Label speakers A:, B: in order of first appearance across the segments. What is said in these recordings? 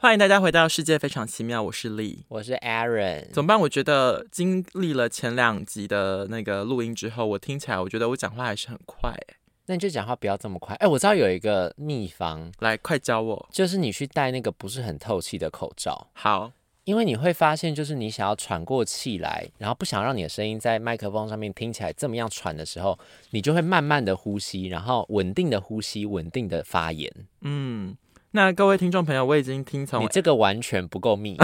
A: 欢迎大家回到《世界非常奇妙》，我是丽。
B: 我是 Aaron，
A: 怎么办？我觉得经历了前两集的那个录音之后，我听起来我觉得我讲话还是很快欸，
B: 那你就讲话不要这么快。哎，我知道有一个秘方，
A: 来快教我。
B: 就是你去戴那个不是很透气的口罩，
A: 好，
B: 因为你会发现，就是你想要喘过气来，然后不想让你的声音在麦克风上面听起来这么样喘的时候，你就会慢慢的呼吸，然后稳定的呼吸，稳定的发言。
A: 嗯，那各位听众朋友，我已经听从
B: 你这个完全不 够密，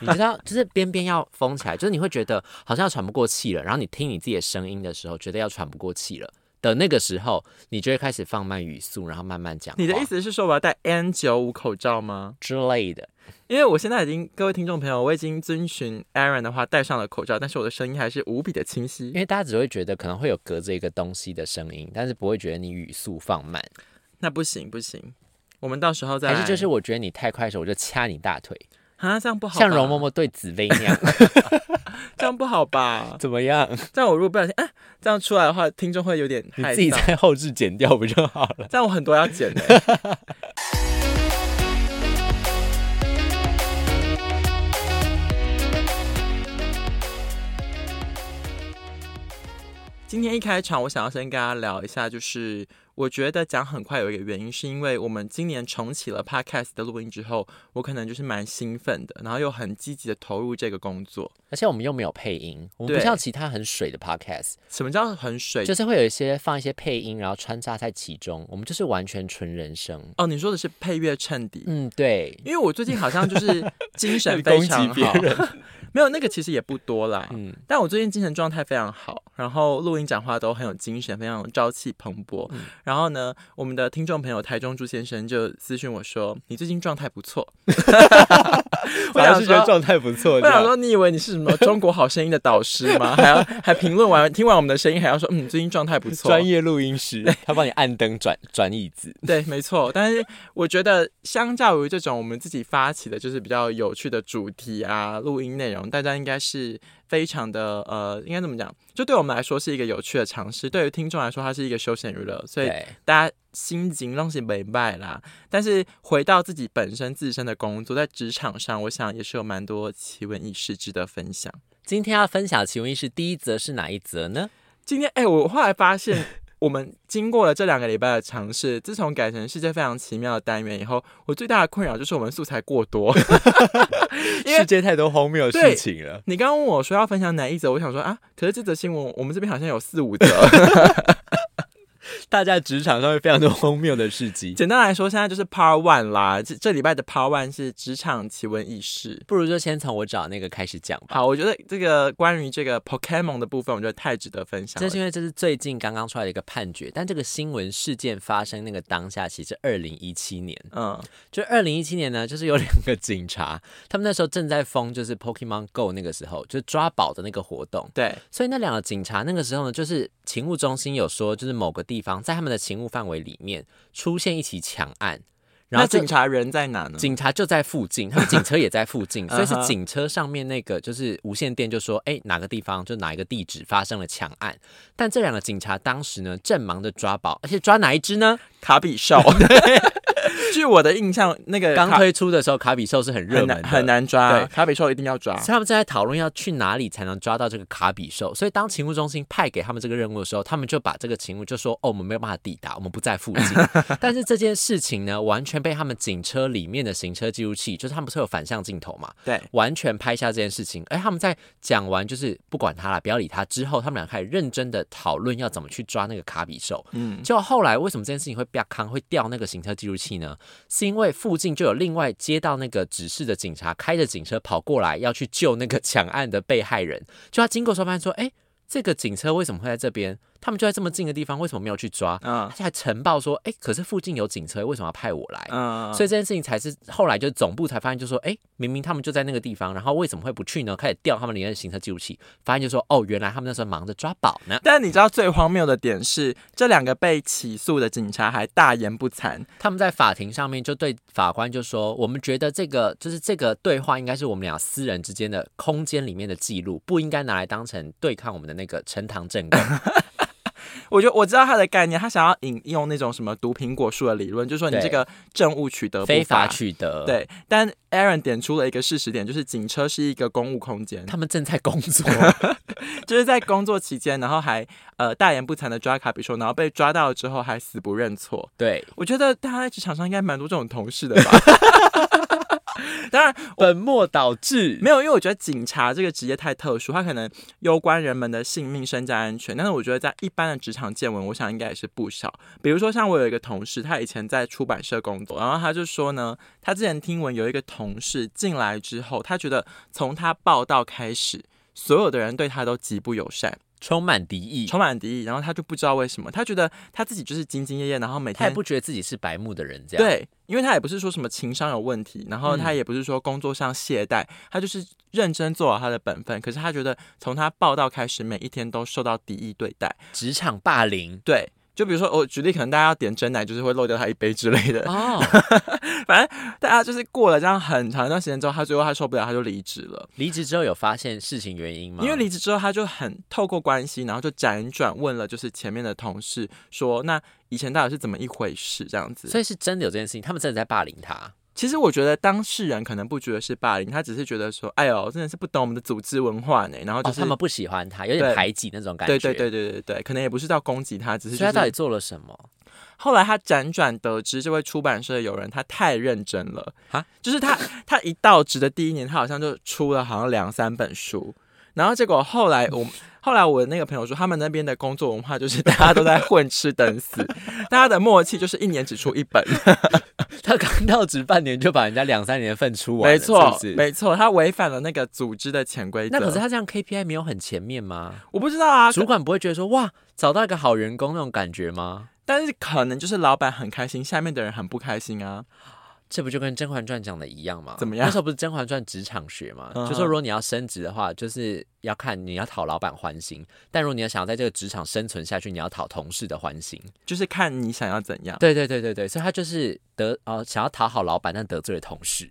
B: 你知道，就是边边要封起来，就是你会觉得好像要喘不过气了，然后你听你自己的声音的时候，觉得要喘不过气了。的那个时候，你就会开始放慢语速，然后慢慢讲话。
A: 你的意思是说我要戴 N 九五口罩吗？
B: 之类的，
A: 因为我现在已经，各位听众朋友，我已经遵循 Aaron 的话戴上了口罩，但是我的声音还是无比的清晰
B: 因。为大家只会觉得可能会有隔着一个东西的声音，但是不会觉得你语速放慢，
A: 那不行不行，我们到时候再
B: 还
A: 来
B: 是就是我觉得你太快的时候，我就掐你大腿，
A: 啊，这样不好吧，
B: 像容嬷嬷对紫 薇那样，
A: 这样不好吧？
B: 怎么样？
A: 这样我如果不小心啊，这样出来的话，听众会有点
B: 你
A: 害
B: 自己
A: 臊。
B: 在后置剪掉不就好了？
A: 这样我很多要剪的、 今天一开场，我想要先跟大家聊一下，就是我觉得讲很快有一个原因，是因为我们今年重启了 podcast 的录音之后，我可能就是蛮兴奋的，然后又很积极的投入这个工作。
B: 而且我们又没有配音，我们
A: 对
B: 不像其他很水的 podcast，
A: 什么叫很水？
B: 就是会有一些放一些配音，然后穿插在其中，我们就是完全纯人声。
A: 哦，你说的是配乐衬底，
B: 嗯，对，
A: 因为我最近好像就是 精神
B: 攻
A: 非
B: 击
A: 常
B: 别
A: 好， 没有那个其实也不多啦，
B: 嗯，
A: 但我最近精神状态非常好，然后录音讲话都很有精神，非常有朝气蓬勃。
B: 嗯
A: 然后呢，我们的听众朋友台中朱先生就私讯我说：“你最近状态不错。”我想说。
B: 状态不错
A: 我想说，你以为你是什么中国好声音的导师吗？还要还评论完听完我们的声音，还要说嗯，最近状态不错。
B: 专业录音师，他帮你按灯转转椅子。
A: 对，没错。但是我觉得，相较于这种我们自己发起的，就是比较有趣的主题啊、录音内容，大家应该是非常的呃，应该怎么讲？就对我们来说是一个有趣的尝试，对于听众来说，它是一个休闲娱乐，所以
B: 对，
A: 大家心情弄是没败啦。但是回到自己本身自身的工作，在职场上，我想也是有蛮多奇闻异事值得分享。
B: 今天要分享的奇闻异事第一则是哪一则呢？
A: 今天哎、我后来发现，我们经过了这两个礼拜的尝试，自从改成世界非常奇妙的单元以后，我最大的困扰就是我们素材过多。 因为世
B: 界太多荒谬
A: 事
B: 情了。
A: 你刚刚问我说要分享哪一则，我想说啊，可是这则新闻我们这边好像有四五则。
B: 大家职场上会非常多荒谬的事迹，
A: 简单来说，现在就是 Part One 啦，这这礼拜的 Part One 是职场奇闻异事。
B: 不如就先从我找那个开始讲吧。
A: 好，我觉得这个关于这个 Pokemon 的部分，我觉得太值得分享
B: 这
A: 了
B: 是。因为这是最近刚刚出来的一个判决，但这个新闻事件发生那个当下，其实二零一七年，
A: 嗯，
B: 就二零一七年呢，就是有两个警察，他们那时候正在封就是 Pokemon Go 那个时候，就是抓宝的那个活动，
A: 对，
B: 所以那两个警察那个时候呢，就是勤务中心有说，就是某个地方在他们的勤务范围里面出现一起抢案，
A: 那
B: 然后就
A: 警察人在哪呢？
B: 警察就在附 近，他们警车也在附近，
A: 嗯哼
B: 所以是警车上面那个就是无线电就说，哎、哪个地方就哪一个地址发生了抢案。但这两个警察当时呢正忙着抓宝，而且抓哪一只呢？
A: 卡比 兽。 据我的印象，那个
B: 刚
A: 卡
B: 推出的时候卡比兽是很热
A: 呃很
B: 门的
A: 难很。难抓
B: 对，
A: 卡比兽一定要抓
B: 所以。他们正在讨论要去哪里才能抓到这个卡比兽，所以当勤务中心派给他们这个任务的时候，他们就把这个勤务就说：“哦，我们没有办法抵达，我们不在附近。”但是这件事情呢，完全被他们警车里面的行车记录器，就是他们不是有反向镜头嘛，
A: 对，
B: 完全拍下这件事情。而哎他们在讲完就是不管他了，不要理他之后，他们俩开始认真的讨论要怎么去抓那个卡比兽。
A: 嗯，
B: 就后来为什么这件事情会被康会掉那个行车记录器呢？是因为附近就有另外接到那个指示的警察开着警车跑过来要去救那个抢案的被害人，就他经过的时候发现说，哎、这个警车为什么会在这边？他们就在这么近的地方，为什么没有去抓？
A: 嗯
B: 而且还呈报说，哎、可是附近有警车，为什么要派我来？
A: 嗯，
B: 所
A: 以
B: 以这件事情才是后来就是总部才发现，就说，哎，明明他们就在那个地方，然后为什么会不去呢？开始调他们里面的行车记录器，发现就说，哦，原来他们那时候忙着抓宝呢。
A: 但你知道最荒谬的点是，这两个被起诉的警察还大言不惭。
B: 他们在法庭上面就对法官就说，我们觉得这个就是这个对话应该是我们俩私人之间的 空间里面的记录，不应该拿来当成对抗我们的那个呈堂证供。
A: 我觉得我知道他的概念，他想要引用那种什么毒苹果树的理论，就是说你
B: 对
A: 这个政务取得不
B: 非法取得，，
A: 对，但 Aaron 点出了一个事实点，就是警车是一个公务空间，
B: 他们正在工 作，
A: 就是在工作期间，然后还呃大言不惭的抓卡比说，然后被抓到之后还死不认错，
B: 对，
A: 我觉得大家在职场上应该蛮多这种同事的吧。当然
B: 本末倒置，
A: 没有，因为我觉得警察这个职业太特殊，他可能攸关人们的性命、身家安全。但是我觉得在一般的职场见闻，我想应该也是不少。比如说，像我有一个同事，他以前在出版社工作，然后他就说呢，他之前听闻有一个同事进来之后，他觉得从他报道开始。所有的人对他都极不友善，
B: 充满敌意，
A: 充满敌意，然后他就不知道为什么，他觉得他自己就是兢兢业业，然后每
B: 他也
A: 天
B: 不觉得自己是白目的人，这样，
A: 对，因为他也不是说什么情商有问题，然后他也不是说工作上懈怠，他就是认真做好他的本分。可是他觉得从他报道开始，每一天都受到敌意对待。
B: 职场霸凌
A: 对，就比如说我、举例，可能大家要点真奶，就是会漏掉他一杯之类的。
B: 哦，
A: 大家就是过了这样很长一段时间之后，他最后他受不了，他就离职了。
B: 离职之后有发现事情原因吗？
A: 因为离职之后，他就很透过关系，然后就辗转问了，就是前面的同事说，那以前到底是怎么一回事？这样子。
B: 所以是真的有这件事情，他们真的在霸凌他，
A: 其实我觉得当事人可能不觉得是霸凌，他只是觉得说，哎呦，真的是不懂我们的组织文化呢。然后就
B: 哦，
A: 是、
B: 他们不喜欢他，有点
A: 对
B: 排挤那种感觉，
A: 对对对对对对，可能也不是到攻击他，只是、
B: 所
A: 就
B: 以他到
A: 是
B: 底做了什么？
A: 后来他辗转得知，这位出版社的友人他太认真了
B: 哈，
A: 就是他他一到职的第一年，他好像就出了好像两三本书，然后结果后来我后来我那个朋友说，他们那边的工作文化就是大家都在混吃等死，大家的默契就是一年只出一本。
B: 他刚到职半年就把人家两三年的份出 完了，
A: 没错，
B: 是不是
A: 没错，他违反了那个组织的潜规则。
B: 那可是他这样 KPI 没有很前面吗？
A: 我不知道啊，
B: 主管不会觉得说哇，找到一个好员工那种感觉吗？
A: 但是可能就是老板很开心，下面的人很不开心啊。
B: 这不就跟《甄嬛传》讲的一样吗？
A: 怎么样
B: 那时候不是《甄嬛传》职场学吗？
A: 嗯哼
B: 就说如果你要升职的话，就是要看你要讨老板欢心；但如果你要想要在这个职场生存下去，你要讨同事的欢心。
A: 就是看你想要怎样。
B: 对对对对对，所以他就是得呃想要讨好老板，但得罪了同事，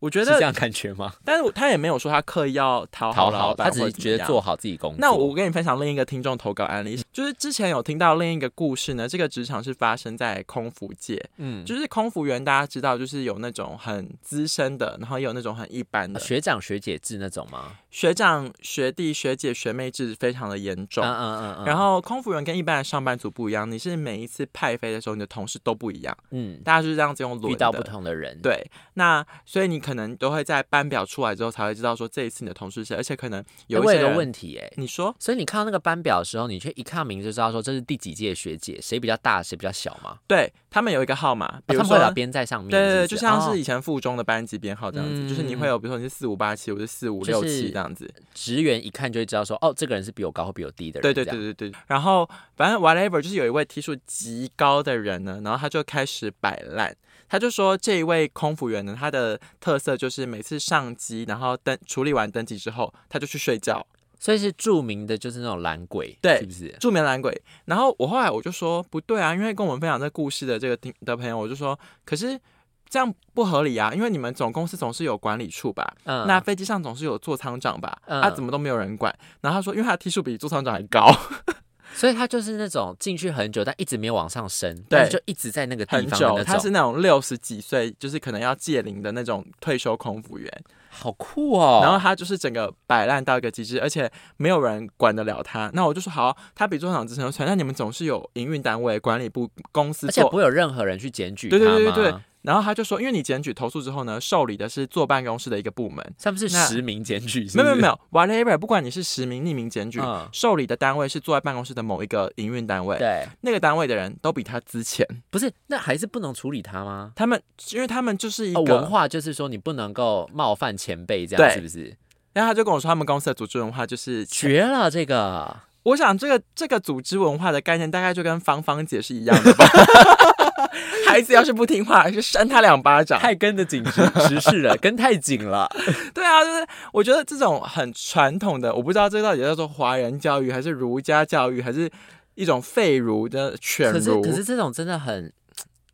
A: 我觉
B: 是这
A: 得，
B: 样感觉吗？
A: 但是我他也没有说他刻意要 讨好
B: 讨好，
A: 老板，
B: 他只是觉得。做好自己工作。
A: 那我跟你分享另一个听众投稿案例，就是之前有听到另一个故事呢。这个职场是发生在空服界，
B: 嗯，
A: 就是空服员大家知道，就是有那种很资深的，然后也有那种很一般的。
B: 啊学长学姐制那种吗？
A: 学长、学弟、学姐、学妹制非常的严重。
B: 嗯嗯嗯
A: 然后空服员跟一般的上班族不一样，你是每一次派飞的时候，你的同事都不一样，
B: 嗯，
A: 大家就是这样子用轮
B: 遇到
A: 的
B: 不同的人，，
A: 对，那所以你可能都会在班表出来之后才会知道说这一次你的同事是谁，而且可能有一
B: 哎我
A: 些
B: 有个
A: 人
B: 问题哎、
A: 你说
B: 所以你看到那个班表的时候，你却一看名字就知道说这是第几届学姐，谁比较大，谁比较小吗？
A: 对他们有一个号码，
B: 哦
A: 比
B: 他
A: 如
B: 们
A: 说、
B: 会把编在上面，
A: 对对
B: 是不
A: 对，
B: 是
A: 就像
B: 哦嗯
A: 是以前附中的班级编号这样子，就是你会有比如说你是四五八七，我是四五六
B: 就是
A: 七这样子，
B: 职员一看就会知道说，哦，这个人是比我高或比我低的人，
A: 对对
B: 这样，
A: 对对对。然后反正 whatever，就是有一位提速极高的人呢，然后他就开始摆烂。他就说这一位空服员呢，他的特色就是每次上机，然后登处理完登记之后，他就去睡觉，
B: 所以是著名的就是那种懒鬼，
A: 对
B: 是不是？
A: 助眠懒鬼。然后我后来我就说不对啊，因为跟我们分享这故事的这个听的朋友，我就说可是这样不合理啊，因为你们总公司总是有管理处吧，
B: 嗯
A: 那飞机上总是有座舱长吧，
B: 嗯
A: 啊怎么都没有人管？然后他说，因为他的梯数比座舱长还高，
B: 所以他就是那种进去很久，但一直没有往上升，
A: 对
B: 但是就一直在那个地
A: 很
B: 方的
A: 久，
B: 那
A: 他
B: 种，
A: 是那种六十几岁，就是可能要戒龄的那种退休空服员，
B: 好酷哦。
A: 然后他就是整个摆烂到一个极致，而且没有人管得了他。那我就说好，他比座舱长资深又传，那你们总是有营运单位、管理部、公司
B: 而且
A: 做
B: 不会有任何人去检举他
A: 对
B: 吗？
A: 对对对对然后他就说，因为你检举投诉之后呢，受理的是坐办公室的一个部门，
B: 他们是
A: 那
B: 实名检举，是
A: 没
B: 不
A: 有没有没
B: 是
A: 有，whatever，不管你是实名、匿名检举，
B: 嗯
A: 受理的单位是坐在办公室的某一个营运单位，
B: 对，
A: 那个单位的人都比他资浅，
B: 不是，那还是不能处理他吗？
A: 他们因为他们就是一
B: 哦，
A: 个，
B: 文化就是说你不能够冒犯前辈，这样
A: 对
B: 是不是？
A: 然后他就跟我说，他们公司的组织文化就是，
B: 绝了，这个
A: 我想这个这个组织文化的概念大概就跟芳芳姐是一样的 吧。孩子要是不听话，就扇他两巴掌。
B: 太跟得紧时时 事了，跟太紧了。
A: 对啊，就是我觉得这种很传统的，我不知道这到底叫做华人教育，还是儒家教育，还是一种废儒的犬
B: 可是
A: 儒。
B: 可是这种真的很，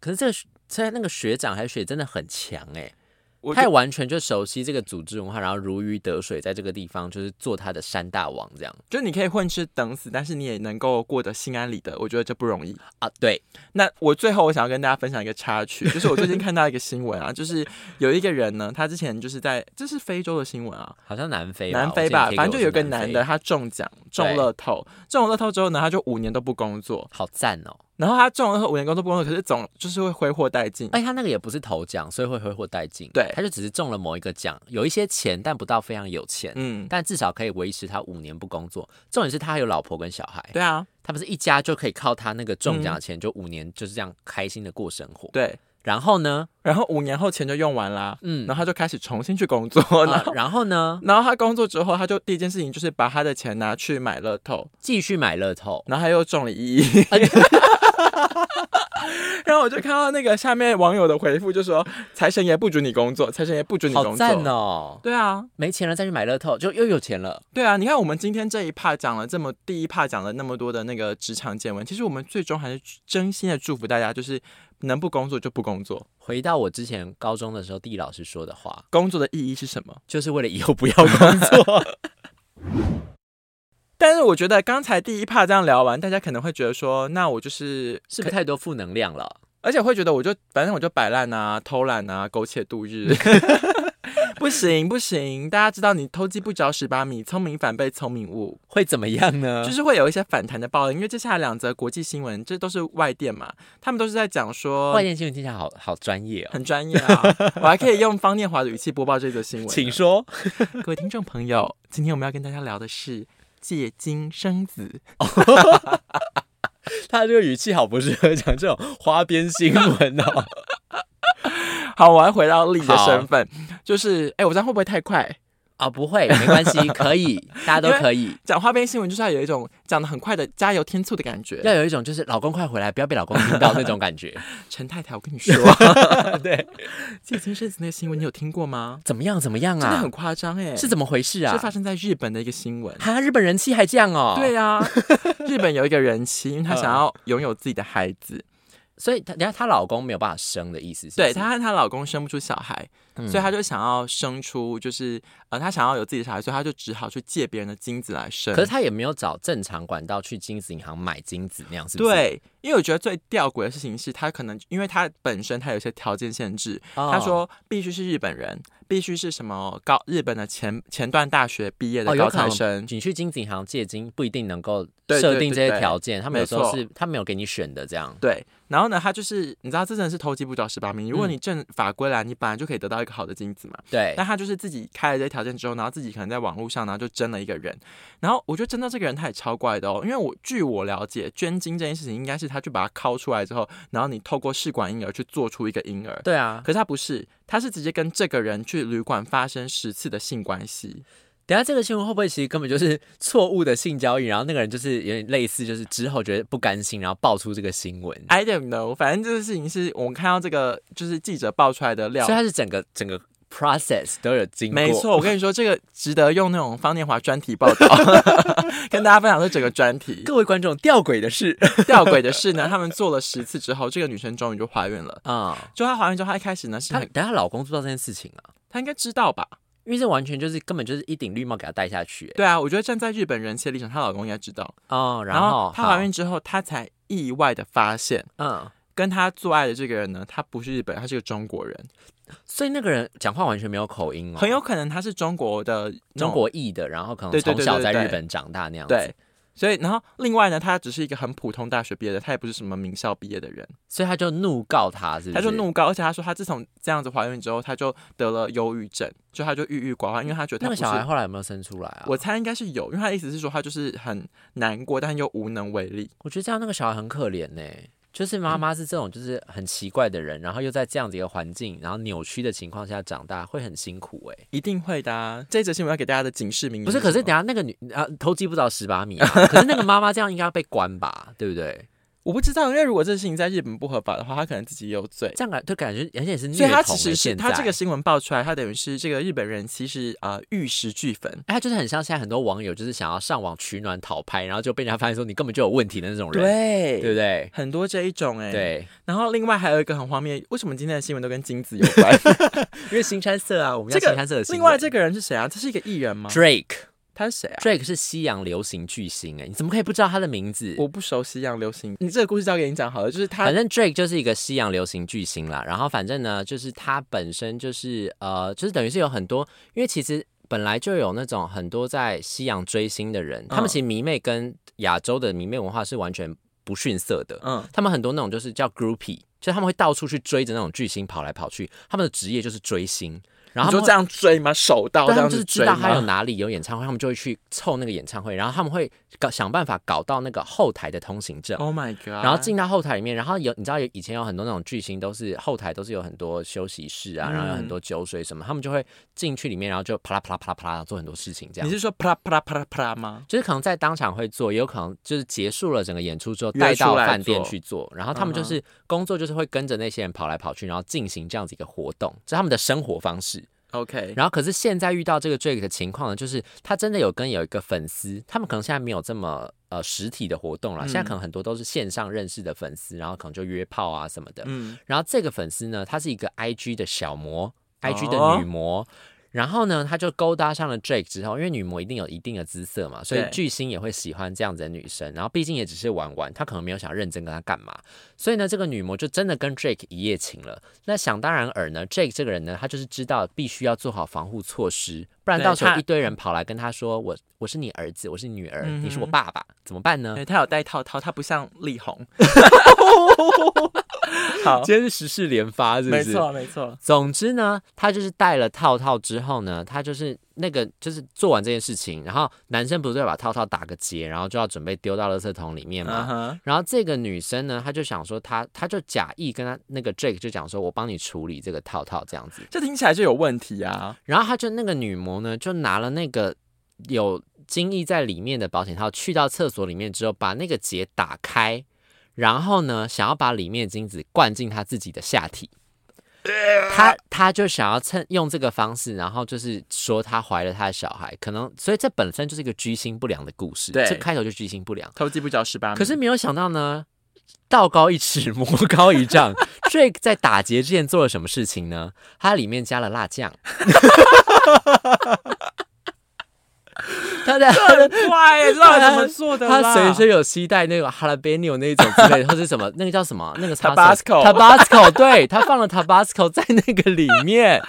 B: 可是这个虽然那个学长还是学姐真的很强哎、
A: 我
B: 他也
A: 就
B: 完全就熟悉这个组织文化，然后如鱼得水，在这个地方就是做他的山大王这样
A: 就你可以混吃等死，但是你也能够过得心安理得，我觉得这不容易。
B: 啊。对，
A: 那我最后我想要跟大家分享一个插曲，就是我最近看到一个新闻啊，就是有一个人呢，他之前就是在这是非洲的新闻啊，
B: 好像南非吧，
A: 南非
B: 我
A: 吧
B: 之前贴，给
A: 反正就有
B: 我
A: 个
B: 是
A: 男
B: 南
A: 的
B: 非，
A: 他中奖中
B: 对
A: 乐透，中了乐透之后呢，他就五年都不工作，
B: 好赞哦！
A: 然后他中了乐透五年工作不工作，可是总就是会挥霍殆尽。
B: 而且他那个也不是头奖，所以会挥霍殆尽。
A: 对
B: 他就只是中了某一个奖，有一些钱，但不到非常有钱，
A: 嗯，
B: 但至少可以维持他五年不工作。重点是他还有老婆跟小孩，
A: 对嗯啊，
B: 他们是一家就可以靠他那个中奖的钱，就五年就是这样开心的过生活。
A: 对。
B: 然后呢，
A: 然后五年后钱就用完啦，
B: 嗯，
A: 然后他就开始重新去工作，然
B: 啊
A: 后。
B: 然后呢，
A: 然后他工作之后，他就第一件事情就是把他的钱拿去买乐透，
B: 继续买乐透。
A: 然后他又中了一亿。
B: 哎
A: 然后我就看到那个下面网友的回复，就说财神爷不准你工作，财神爷不准你
B: 好
A: 工作。
B: 赞哦！
A: 对啊，
B: 没钱了再去买乐透，就又有钱了。
A: 对啊，你看我们今天这一趴讲了这么第一趴讲了那么多的那个职场见闻，其实我们最终还是真心的祝福大家，就是能不工作就不工作，
B: 回到我之前高中的时候，地理老师说的话，
A: 工作的意义是什么？
B: 就是为了以后不要 工作。
A: 但是我觉得刚才第一趴这样聊完，大家可能会觉得说，那我就是
B: 是不是太多负能量了？
A: 而且会觉得我就反正我就摆烂啊、偷懒啊、苟且度 日。不行不行，大家知道你偷鸡不着蚀把米，聪明反被聪明误，
B: 会怎么样呢？
A: 就是会有一些反弹的报应。因为接下来两则国际新闻，这都是外电嘛，他们都是在讲说
B: 外电新闻听起来好好专业 哦。
A: 很专业啊，我还可以用方念华的语气播报这则新闻。
B: 请，说，
A: 各位听众朋友，今天我们要跟大家聊的是借精生子。
B: 他这个语气好不适合讲这种花边新闻哦。
A: 好，我要回到丽的
B: 好
A: 身份，就是哎、我这样会不会太快？
B: 啊、不会，没关系，可 以，大家都可以。
A: 讲花边新闻就是要有一种讲的很快的加油添醋的感觉。
B: 要有一种就是老公快回来，不要被老公听到那种感觉。
A: 陈太太，我跟你 说，
B: 对，
A: 借精生子那个新闻你有听过吗？
B: 怎么样？怎么样
A: 真的
B: 啊
A: 很？夸张哎，
B: 是怎么回事
A: 是
B: 啊？
A: 发生在日本的一个新闻。
B: 哈，日本人气还这样哦？
A: 对， 呀、日本有一个人妻，因为她想要拥有自己的孩子，
B: 所以她，等下她老公没有办法生的意思是不
A: 对
B: 是？
A: 她和她老公生不出小孩，
B: 嗯
A: 所以她就想要生出，就是呃，她想要有自己的小孩，所以她就只好去借别人的精子来生
B: 可。是她也没有找正常管道去精子银行买精子那样，是不是？
A: 对，因为我觉得最吊诡的事情是，她可能因为她本身她有一些条件限制，
B: 哦，
A: 他说必须是日本人，必须是什么高日本的前前段大学毕业的
B: 哦有
A: 高
B: 可能
A: 材生。
B: 你去精子银行借精不一定能够
A: 对对
B: 设定这
A: 对
B: 些
A: 对
B: 条件，他们有时
A: 没
B: 候
A: 错
B: 是他没有给你选的这样。
A: 对，然后呢，他就是你知道，这真的是偷鸡不着蚀把
B: 嗯
A: 米。如果你正法归来，你本来就可以得到一个好的精子嘛。
B: 对
A: 但，他就是自己开了这些条件之后，然后自己可能在网络上，然后就争了一个人。然后我觉得争到这个人，他也超怪的哦。因为我据我了解，捐精这件事情应该是他去把它抠出来之后，然后你透过试管婴儿去做出一个婴儿。
B: 对啊。
A: 可是他不是，他是直接跟这个人去旅馆发生十次的性关系。
B: 等下这个新闻会不会其实根本就是错误的性交易？然后那个人就是有点类似，就是之后觉得不甘心，然后爆出这个新闻。
A: I don't know，反正这个事情是我们看到这个就是记者爆出来的料
B: 所以。他是整个整个 process 都有经过，
A: 啊没错，我跟你说，这个值得用那种方念华专题报 道， 跟大家分享这整个专题。
B: 各位观众，吊诡的 是
A: 吊诡的是呢，他们做了十次之后，这个女生终于就怀孕了。
B: 啊，
A: 就她怀孕之后，她一开始呢是
B: 她
A: 很，
B: 等下她老公知道这件事情啊，
A: 她应该知道吧？
B: 因为这完全就是根本就是一顶绿帽给她戴下去欸
A: 对啊，我觉得站在日本人妻的立场，她老公应该知道。
B: 哦，
A: 然
B: 后
A: 她怀孕之后，她才意外的发现，
B: 好，嗯，
A: 跟她做爱的这个人呢，他不是日本人，他是个中国人，
B: 所以那个人讲话完全没有口音哦，
A: 很有可能他是中国的那
B: 中
A: 种
B: 国裔的，然后可能
A: 对对对
B: 从小在
A: 对对
B: 日本长大那样子，
A: 对，所以然后另外呢，他只是一个很普通大学毕业的，他也不是什么名校毕业的人，
B: 所以他就怒告他，是不是？
A: 他就怒告，而且他说他自从这样子怀孕之后，他就得了忧郁症，就他就郁郁寡欢，因为他觉得
B: 嗯
A: 他
B: 那
A: 不
B: 个
A: 是。
B: 小孩后来有没有生出来啊？
A: 我猜应该是有，因为他的意思是说他就是很难过，但又无能为力。
B: 我觉得这样那个小孩很可怜呢、就是妈妈是这种就是很奇怪的人，然后又在这样子一个环境，然后扭曲的情况下长大，会很辛苦哎、
A: 一定会的、啊。这一则新闻要给大家的警示名言
B: 不是，
A: 什么
B: 可是等下那个女啊，偷鸡不着十八米、啊，可是那个妈妈这样应该要被关吧，对不对？
A: 我不知道，因为如果这事情在日本不合法的话，他可能自己也有罪。
B: 这样感就感觉，而且是虐
A: 所以他
B: 童
A: 其
B: 欸
A: 实是
B: 现
A: 他这
B: 在
A: 个新闻爆出来，他等于是这个日本人其实呃玉石俱焚。
B: 哎，他就是很像现在很多网友就是想要上网取暖讨拍，然后就被人家发现说你根本就有问题的那种人，
A: 对
B: 对不对？
A: 很多这一种哎、。
B: 对，
A: 然后另外还有一个很荒谬，为什么今天的新闻都跟金子有 关？
B: 因为新山色啊，我们
A: 这
B: 要
A: 个
B: 新山色的新闻。
A: 另外这个人是谁啊？这是一个艺人吗？
B: Drake，Drake
A: 他是谁啊？
B: 是西洋流行巨星哎、你怎么可以不知道他的名字？
A: 我不熟西洋流行。你这个故事交给你讲好了，就是他
B: 反正 Drake 就是一个西洋流行巨星啦，然后反正呢，就是他本身就是呃，就是等于是有很多，因为其实本来就有那种很多在西洋追星的
A: 嗯
B: 人，他们其实迷妹跟亚洲的迷妹文化是完全不逊色的，
A: 嗯
B: 他们很多那种就是叫 groupie，就是他们会到处去追着那种巨星跑来跑去，他们的职业就是追星，然后
A: 你
B: 他
A: 说
B: 们
A: 这样追吗？手到这
B: 对他
A: 样
B: 们就
A: 子
B: 是知
A: 追
B: 道他有
A: 吗？
B: 哪里有演唱会，他们就会去凑那个演唱会，然后他们会搞想办法搞到那个后台的通行证。
A: Oh my god！
B: 然后进到后台里面，然后有你知道有以前有很多那种巨星都是后台都是有很多休息室啊，然后有很
A: 嗯
B: 多酒水什么，他们就会进去里面，然后就啪啦啪啦啪啦啪啦做很多事情这
A: 你
B: 样。
A: 是说啪啦啪啦啪啦啪啦吗？
B: 就是可能在当场会做，也有可能就是结束了整个演出之后
A: 约
B: 带
A: 出
B: 到
A: 来
B: 饭店
A: 做嗯
B: 去做，然后他们就是工作就是会跟着那些人跑来跑去，然后进行这样子一个活动，这是他们的生活方式。
A: OK，
B: 然后可是现在遇到这个 Drake 的情况呢，就是他真的有跟有一个粉丝，他们可能现在没有这么呃实体的活动了，
A: 嗯
B: 现在可能很多都是线上认识的粉丝，然后可能就约炮啊什么的。
A: 嗯，
B: 然后这个粉丝呢，她是一个 IG 的小模，IG
A: 哦
B: 的女模。然后呢，她就勾搭上了 Drake 之后，因为女模一定有一定的姿色嘛，所以
A: 对
B: 巨星也会喜欢这样子的女生。然后毕竟也只是玩玩，她可能没有想认真跟他干嘛。所以呢，这个女模就真的跟 Drake 一夜情了。那想当然尔呢，Drake 这个人呢，他就是知道必须要做好防护措施，不然
A: 对
B: 到时候
A: 他
B: 一堆人跑来跟他说：“我我是你儿子，我是你女儿，
A: 嗯哼
B: 你是我爸爸，怎么办呢？”
A: 哎对，他有戴套套，他不像力宏。好，
B: 今天是时事连发，是不
A: 没
B: 是？
A: 错没错，
B: 总之呢，他就是戴了套套之后呢，他就是那个就是做完这件事情，然后男生不是会把套套打个结，然后就要准备丢到垃圾桶里面
A: 嗯
B: 嘛。
A: 哼，
B: 然后这个女生呢，她就想说她，她就假意跟她那个 Drake 就讲说，我帮你处理这个套套这样子。
A: 这听起来就有问题啊。
B: 然后她就那个女模呢，就拿了那个有精液在里面的保险套，去到厕所里面之后，把那个结打开，然后呢，想要把里面的精子灌进她自己的下体。她她就想要趁用这个方式，然后就是说她怀了她的小孩，可能所以这本身就是一个居心不良的故事，
A: 对
B: 这开头就居心不良。
A: 偷鸡不着十八米。
B: 可是没有想到呢，道高一尺，魔高一 丈。Drake 在打劫之前做了什么事情呢？他里面加了辣酱。他在 他的
A: 哇耶，知道怎么做的啦
B: 他随身有携带那个 jalapeno 那一种之类的，或是什么那个叫什么那个
A: Tabasco
B: Tabasco，对他放了 Tabasco 在那个里 面，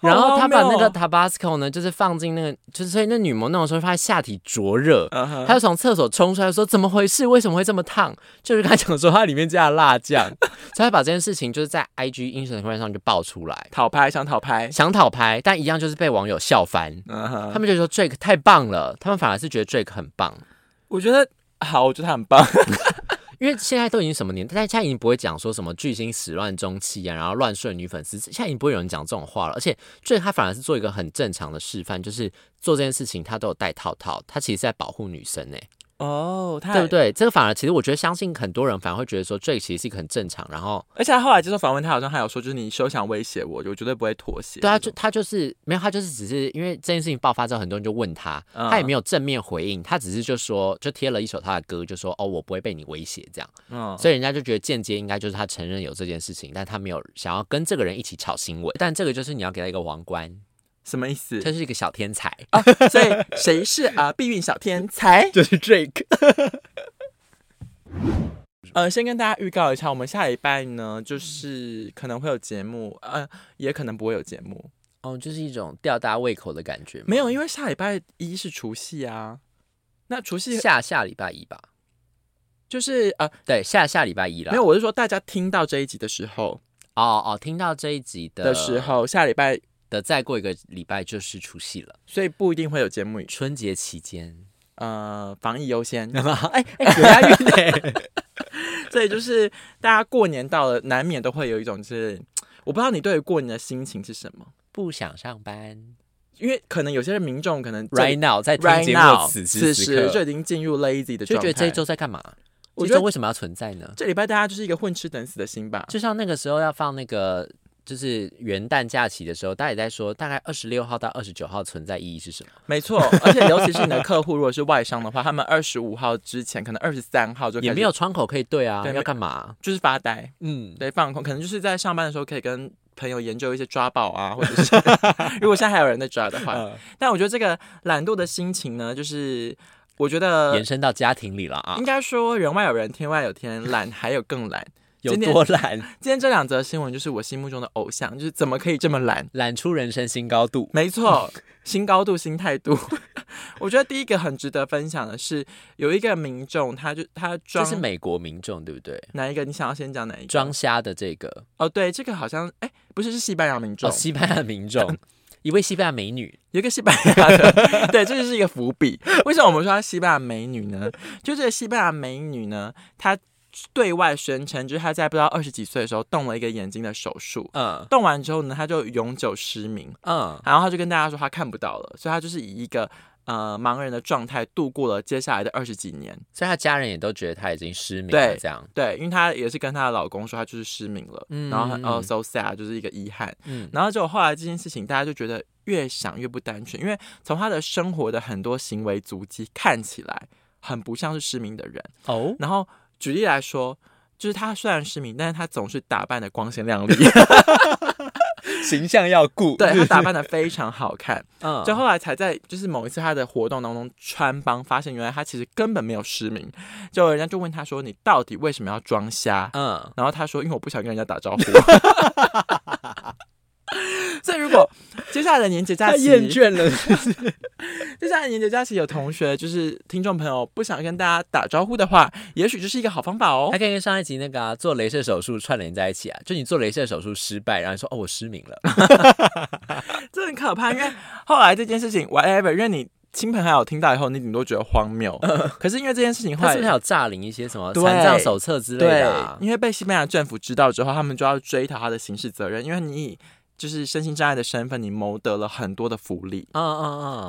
B: 然后他把那个
A: 好
B: Tabasco 呢，就是放进那个，就是所以那女模弄的时候，发现下体灼热，
A: 嗯哼
B: 他就从厕所冲出来说：“怎么回事？为什么会这么烫？”就是跟他讲说它里面加了辣酱，所以他把这件事情就是在 IG Instagram 上就爆出来，
A: 讨拍想讨拍，
B: 想讨拍，但一样就是被网友笑翻。
A: 嗯
B: 他
A: 哼，
B: 们就说 Drake 太棒了，他们反而是觉得 Drake 很棒，
A: 我觉得好，我觉得他很棒。
B: 因为现在都已经什么年代，但现在已经不会讲说什么巨星始乱终弃啊，然后乱睡女粉丝，现在已经不会有人讲这种话了。而且 Drake 他反而是做一个很正常的示范，就是做这件事情他都有戴套套，他其实在保护女生欸呢、
A: 哦，他
B: 对不？对？这个反而其实我觉得，相信很多人反而会觉得说，Drake 其实是一个很正常，然后
A: 而且他后来接受访问，他好像还有说，就是你休想威胁我，我绝对不会妥协。
B: 对啊，
A: 这
B: 就
A: 种
B: 他就是没有，他就是只是因为这件事情爆发之后，很多人就问他，
A: 嗯
B: 他也没有正面回应，他只是就说就贴了一首他的歌，就说哦，我不会被你威胁这样，
A: 嗯，
B: 所以人家就觉得间接应该就是他承认有这件事情，但他没有想要跟这个人一起炒新闻，但这个就是你要给他一个王冠，
A: 什么意思？
B: 他是一个小天才，
A: 所以谁是啊、呃避孕小天才？
B: 就是 Drake，
A: 呃，先跟大家预告一下，我们下礼拜呢，就是可能会有节目，呃，也可能不会有节目。
B: 哦，就是一种吊大家胃口的感觉嘛，
A: 没有，因为下礼拜一是除夕啊。那除夕
B: 下下礼拜一吧，
A: 就是呃，
B: 对，下下礼拜一了
A: 没，有，我是说大家听到这一集的时候
B: 哦哦，听到这一集的
A: 的时候，下礼拜，
B: 的，再过一个礼拜就是除夕了，
A: 所以不一定会有节目。
B: 春节 期间，
A: 呃，防疫优 先，
B: 哎哎，有押韵呢，
A: 所以就是大家过年到了，难免都会有一种就是，我不知道你对于过年的心情是什么，
B: 不想上班
A: 因为可能有些民众可能这
B: ，right now 在听
A: right
B: 节目的
A: now
B: 此
A: 此
B: 时此
A: 时就
B: 刻，
A: 已经进入 lazy 的
B: 就
A: 状态，
B: 觉得这一周在干嘛？
A: 我
B: 这
A: 觉
B: 周
A: 得
B: 为什么要存在呢？
A: 这礼拜大家就是一个混吃等死的心吧。
B: 就像那个时候要放那个。就是元旦假期的时候，大家也在说，大概二十六号到二十九号存在意义是什么？
A: 没 错，而且尤其是你的客户如果是外商的话，他们二十五号之前，可能二十三号就开始
B: 也没有窗口可以对啊，
A: 对没
B: 要干嘛、
A: 就是发呆，
B: 嗯，
A: 对，放空，可能就是在上班的时候可以跟朋友研究一些抓宝啊，或者是 如果现在还有人在抓的话，
B: 嗯
A: 但我觉得这个懒惰的心情呢，就是我觉得
B: 延伸到家庭里了啊
A: 应，该说人外有人，天外有天，懒还有更懒。
B: 有
A: 今天
B: 多懒，
A: 今天这两则新闻就是我心目中的偶像，就是怎么可以这么懒？
B: 懒出人生新高度。
A: 没错，新高度、新态度。 我觉得第一个很值得分享的是，有一个民众，他就他
B: 这
A: 装
B: 是美国民众对不对？
A: 哪一个？你想要先讲哪一个？
B: 装瞎的这个
A: 哦，对，这个好像哎，不是是西班牙民众，
B: 哦，西班牙民 众，一位西班牙美女，
A: 有一个西班牙的， 对，这就是一个伏笔。为什么我们说她西班牙美女呢？就这个西班牙美女呢，她对外宣称，就是她在不知道二十几岁的时候动了一个眼睛的手术，
B: 嗯
A: 动完之后呢，她就永久失明，
B: 嗯，
A: 然后她就跟大家说她看不到了，所以她就是以一个呃盲人的状态度过了接下来的二十几年。
B: 所以她家人也都觉得她已经失明了，
A: 对
B: 这样，
A: 对，因为她也是跟她的老公说她就是失明了，
B: 嗯
A: 然后她哦
B: 嗯
A: so sad，就是一个遗憾。
B: 嗯，
A: 然后结果后来这件事情，大家就觉得越想越不单纯，因为从他的生活的很多行为足迹看起来很不像是失明的人。
B: 哦，
A: 然后举例来说，就是他虽然失明，但是他总是打扮的光鲜亮丽，
B: 形象要顾，
A: 对他 打扮的非常好看。
B: 嗯，
A: 就后来才在就是某一次他的活动当中穿帮，发现原来他其实根本没有失明。就人家就问他说：“你到底为什么要装瞎？”
B: 嗯，
A: 然后他说：“因为我不想跟人家打招呼。” 所以，如果接下来的年节假
B: 她
A: 期，
B: 厌倦 了，
A: 接下来年节假期有同学就是听众朋友不想跟大家打招呼的话，也许这是一个好方法哦
B: 还。可以跟上一集那个、啊、做镭射手术串联在一起啊，就你做镭射手术失败，然后你说哦我失明了，
A: 这很可 怕，因为后来这件事情 whatever，因为你亲朋好友听到以后，你顶多觉得荒 谬。可呃是因为这件事情后
B: 他
A: 来
B: 是不是还有诈领一些什么
A: 对
B: 残障手册之类
A: 对
B: 的、啊，？
A: 因为被西班牙政府知道之后，他们就要追讨他的刑事责任，因为你以就是身心障碍的身份，你谋得了很多的福利。
B: 嗯嗯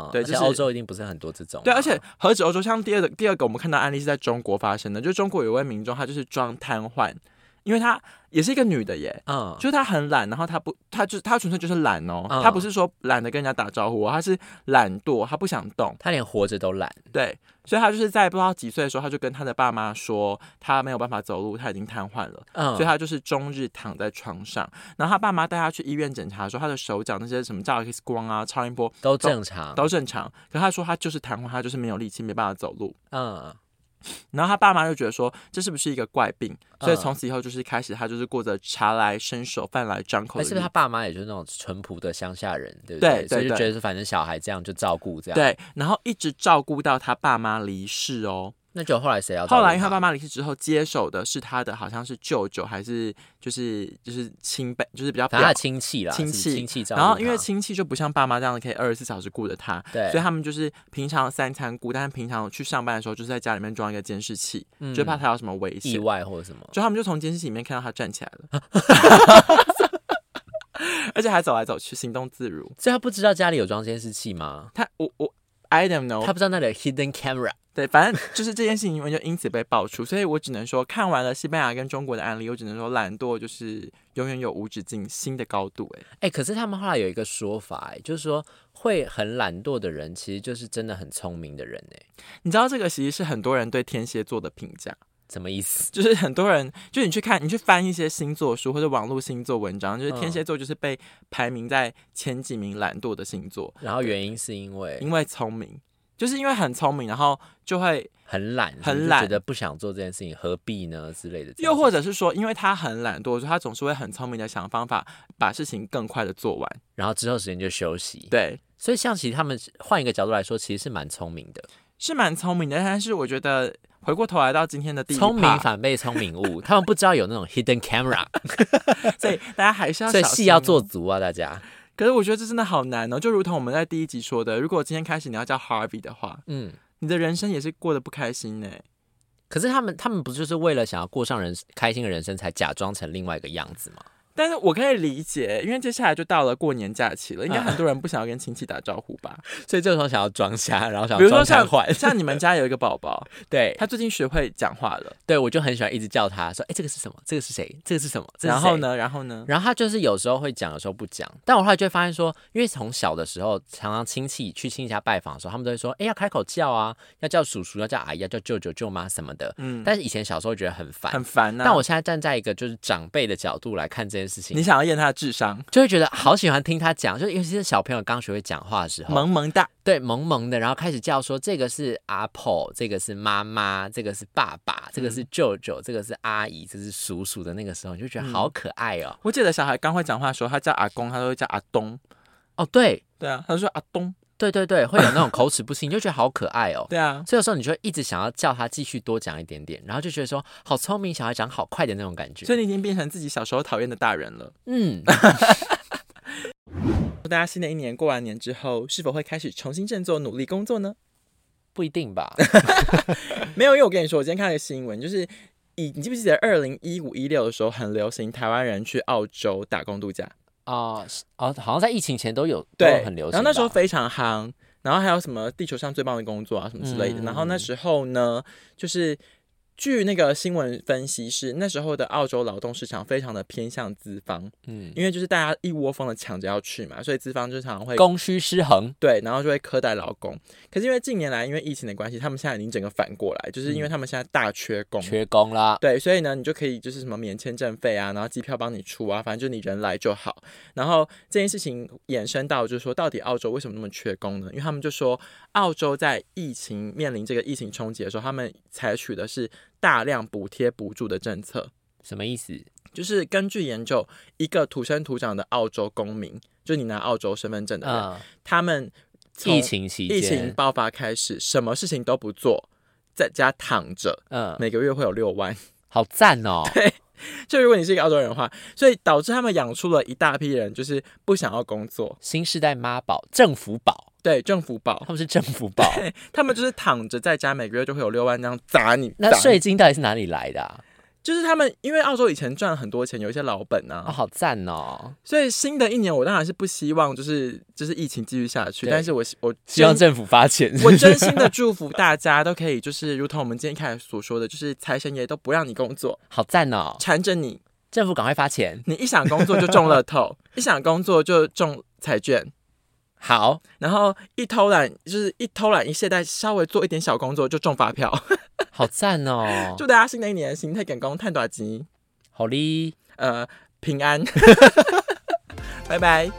B: 嗯，
A: 对
B: 而且
A: 就是
B: 欧洲一定不是很多这种啊、
A: 对，而且何止欧洲，像第二个第二个我们看到案例是在中国发生的，就是中国有一位民众，他就是装瘫痪，因为他也是一个女的耶，
B: 嗯，
A: 就是他很懒，然后他不，他就他纯粹就是懒哦，
B: 嗯
A: 他不是说懒得跟人家打招呼哦，他是懒惰，他不想动，
B: 他连活着都懒，
A: 对，所以他就是在不知道几岁的时候，他就跟他的爸妈说他没有办法走路，他已经瘫痪了。
B: 嗯，
A: 所以他就是终日躺在床上，然后他爸妈带他去医院检查的时候，他的手脚那些什么照 X 光啊、超音波
B: 都正常，
A: 都正常，可他说他就是瘫痪，他就是没有力气，没办法走路。
B: 嗯，
A: 然后他爸妈就觉得说这是不是一个怪病，所以
B: 嗯
A: 从此以后就是开始他就是过着茶来伸手、饭来张口
B: 那
A: 的日
B: 是
A: 子。
B: 不是他爸妈也就是那种淳朴的乡下人，对不
A: 对对
B: 所以就
A: 对
B: 觉得说反正小孩这样就照顾这样。，
A: 对，然后一直照顾到他爸妈离世哦。
B: 那就后来谁要照顾？
A: 后来因为他爸妈离世之后，接手的是他的好像是舅舅还是就是就是亲辈，就是比较
B: 反正
A: 表
B: 他的。亲戚啦，
A: 亲
B: 是
A: 戚
B: 亲戚照顾他。
A: 然后因为亲戚就不像爸妈这样可以二十四小时顾着他，
B: 对，
A: 所以他们就是平常三餐顾，但是平常去上班的时候就是在家里面装一个监视器，
B: 嗯
A: 就怕他有什么危
B: 意
A: 险。
B: 外或者什么。
A: 就他们就从监视器里面看到他站起来了， 而且还走来走去，行动自如。
B: 所以他不知道家里有装监视器吗？
A: 他我我 I don't know，
B: 他不知道那里有 hidden camera。
A: 对，反正就是这件事情，因为就因此被爆出，所以我只能说，看完了西班牙跟中国的案例，我只能说，懒惰就是永远有无止境新的高度、哎，
B: 哎、可是他们后来有一个说法、哎，就是说会很懒惰的人，其实就是真的很聪明的人、哎，
A: 你知道这个其实是很多人对天蝎座的评价，
B: 什么意思？
A: 就是很多人，就是你去看，你去翻一些星座书或者网络星座文章，就是天蝎座就是被排名在前几名懒惰的星座，
B: 然后原因是因为
A: 因为聪明，就是因为很聪明，然后就会，
B: 很懒，
A: 很
B: 是不是
A: 懒
B: 觉得不想做这件事情，何必呢之类的。
A: 又或
B: 者，
A: 者是说，因为他很懒惰，所以他总是会很聪明的想方法把事情更快的做完，
B: 然后之后时间就休息。
A: 对。
B: 所以象棋他们换一个角度来说，其实是蛮聪明的，
A: 是蛮聪明的，但是我觉得回过头来到今天的第一
B: 聪明
A: 趴
B: 反被聪明误，他们不知道有那种 hidden camera，
A: 所以大家还 是要
B: 所以
A: 小
B: 戏
A: 心
B: 要
A: 哦
B: 做。足啊，大家。
A: 可是我觉得这真的好难哦，就如同我们在第一集说的，如果今天开始你要叫 Harvey 的话，
B: 嗯，
A: 你的人生也是过得不开心呢。
B: 可是他们他们不就是为了想要过上人开心的人生，才假装成另外一个样子吗？
A: 但是我可以理解，因为接下来就到了过年假期了，应该很多人不想要跟亲戚打招呼吧？
B: 所以这时候想要装瞎，然后想
A: 比
B: 要
A: 如说
B: 装瘫
A: 像
B: 痪。
A: 像你们家有一个宝宝，
B: 对
A: 他最近学会讲话了，
B: 对，我就很喜欢一直叫他说：“哎、这个是什么？这个是谁？这个是什么？”这是
A: 然后
B: 谁？
A: 呢，然后呢，
B: 然后他就是有时候会讲，有时候不讲。但我后来就会发现说，因为从小的时候，常常亲戚去亲戚家拜访的时候，他们都会说：“哎、要开口叫啊，要叫叔叔，要叫阿姨，要叫舅舅、舅妈什么的。”
A: 嗯，
B: 但是以前小时候觉得很烦，
A: 很烦啊呐、
B: 但我现在站在一个就是长辈的角度来看这件事情
A: 你，想要验他的智商，
B: 就会觉得好喜欢听他讲，就是尤其是小朋友刚学会讲话的时候，
A: 萌萌哒，
B: 对萌萌的，然后开始叫说这个是阿婆，这个是妈妈，这个是爸爸，这个
A: 嗯
B: 是舅舅，这个是阿姨，这是叔叔的那个时候，你就觉得
A: 嗯
B: 好可爱哦。
A: 我记得小孩刚会讲话的时候，他叫阿公，他都会叫阿东。
B: 哦，对
A: 对啊，他就说阿东。
B: 对对对，会有那种口 齿不清，你就觉得好可爱哦。
A: 对啊，
B: 所以有时候你就会一直想要叫他继续多讲一点点，然后就觉得说好聪明，小孩长好快的那种感觉
A: 所。以你已经变成自己小时候讨厌的大人了。
B: 嗯，
A: 大家新的一年过完年之后，是否会开始重新振作、努力工作 呢？
B: 不一定 吧？
A: 没有，因为我跟你说，我今天看了一个新闻，就是以你记不记得二零一五一六的时候，很流行台湾人去澳洲打工度假，
B: 哦、是哦，好像在疫情前都有，都
A: 对，
B: 哦有很流行吧。
A: 然后那时候非常夯，然后还有什么地球上最棒的工作啊什么之类的。
B: 嗯
A: 然后那时候呢，就是据那个新闻分析是，那时候的澳洲劳动市场非常的偏向资方，
B: 嗯，
A: 因为就是大家一窝蜂的抢着要去嘛，所以资方就常常会
B: 供需失衡，
A: 对，然后就会苛待劳工。可是因为近年来因为疫情的关系，他们现在已经整个反过来，就是因为他们现在大缺工。
B: 嗯缺工啦。
A: 对，所以呢，你就可以就是什么免签证费啊，然后机票帮你出啊，反正就你人来就好。然后这件事情衍生到就是说，到底澳洲为什么那么缺工呢？因为他们就说，澳洲在疫情面临这个疫情冲击的时候，他们采取的是大量补贴补助的政策。
B: 什么意思？
A: 就是根据研究，一个土生土长的澳洲公民，就你拿澳洲身份证的人，
B: 嗯，
A: 他们从
B: 疫情期间，
A: 疫情爆发开始，什么事情都不做，在家躺着，
B: 嗯，
A: 每个月会有六万。
B: 好赞哦。
A: 就如果你是一个澳洲人的话，所以导致他们养出了一大批人，就是不想要工作，
B: 新时代妈宝、政府宝，
A: 对政府保
B: 他，们是政府宝。
A: 他们就是躺着在家，每个月就会有六万这样砸你。
B: 那
A: 砸你
B: 税金到底是哪里来的啊？
A: 就是他们，因为澳洲以前赚很多钱，有一些老本
B: 哦，
A: 啊，
B: 好赞哦！
A: 所以新的一年我当然是不希望就是就是疫情继续下去，
B: 对
A: 但是我我
B: 希望
A: 真
B: 政府发钱。
A: 我真心的祝福大家都可以就是如同我们今天一开始所说的，就是财神爷都不让你工作，
B: 好赞哦！
A: 缠着你。
B: 政府赶快发钱。
A: 你一想工作就中乐透，一想工作就中彩券，
B: 好，
A: 然后一偷懒就是一偷懒一懈怠，稍微做一点小工作就中发票。
B: 好赞哦！
A: 祝大家新的一年形态感工探短集，
B: 好哩。
A: 呃，平安，拜拜。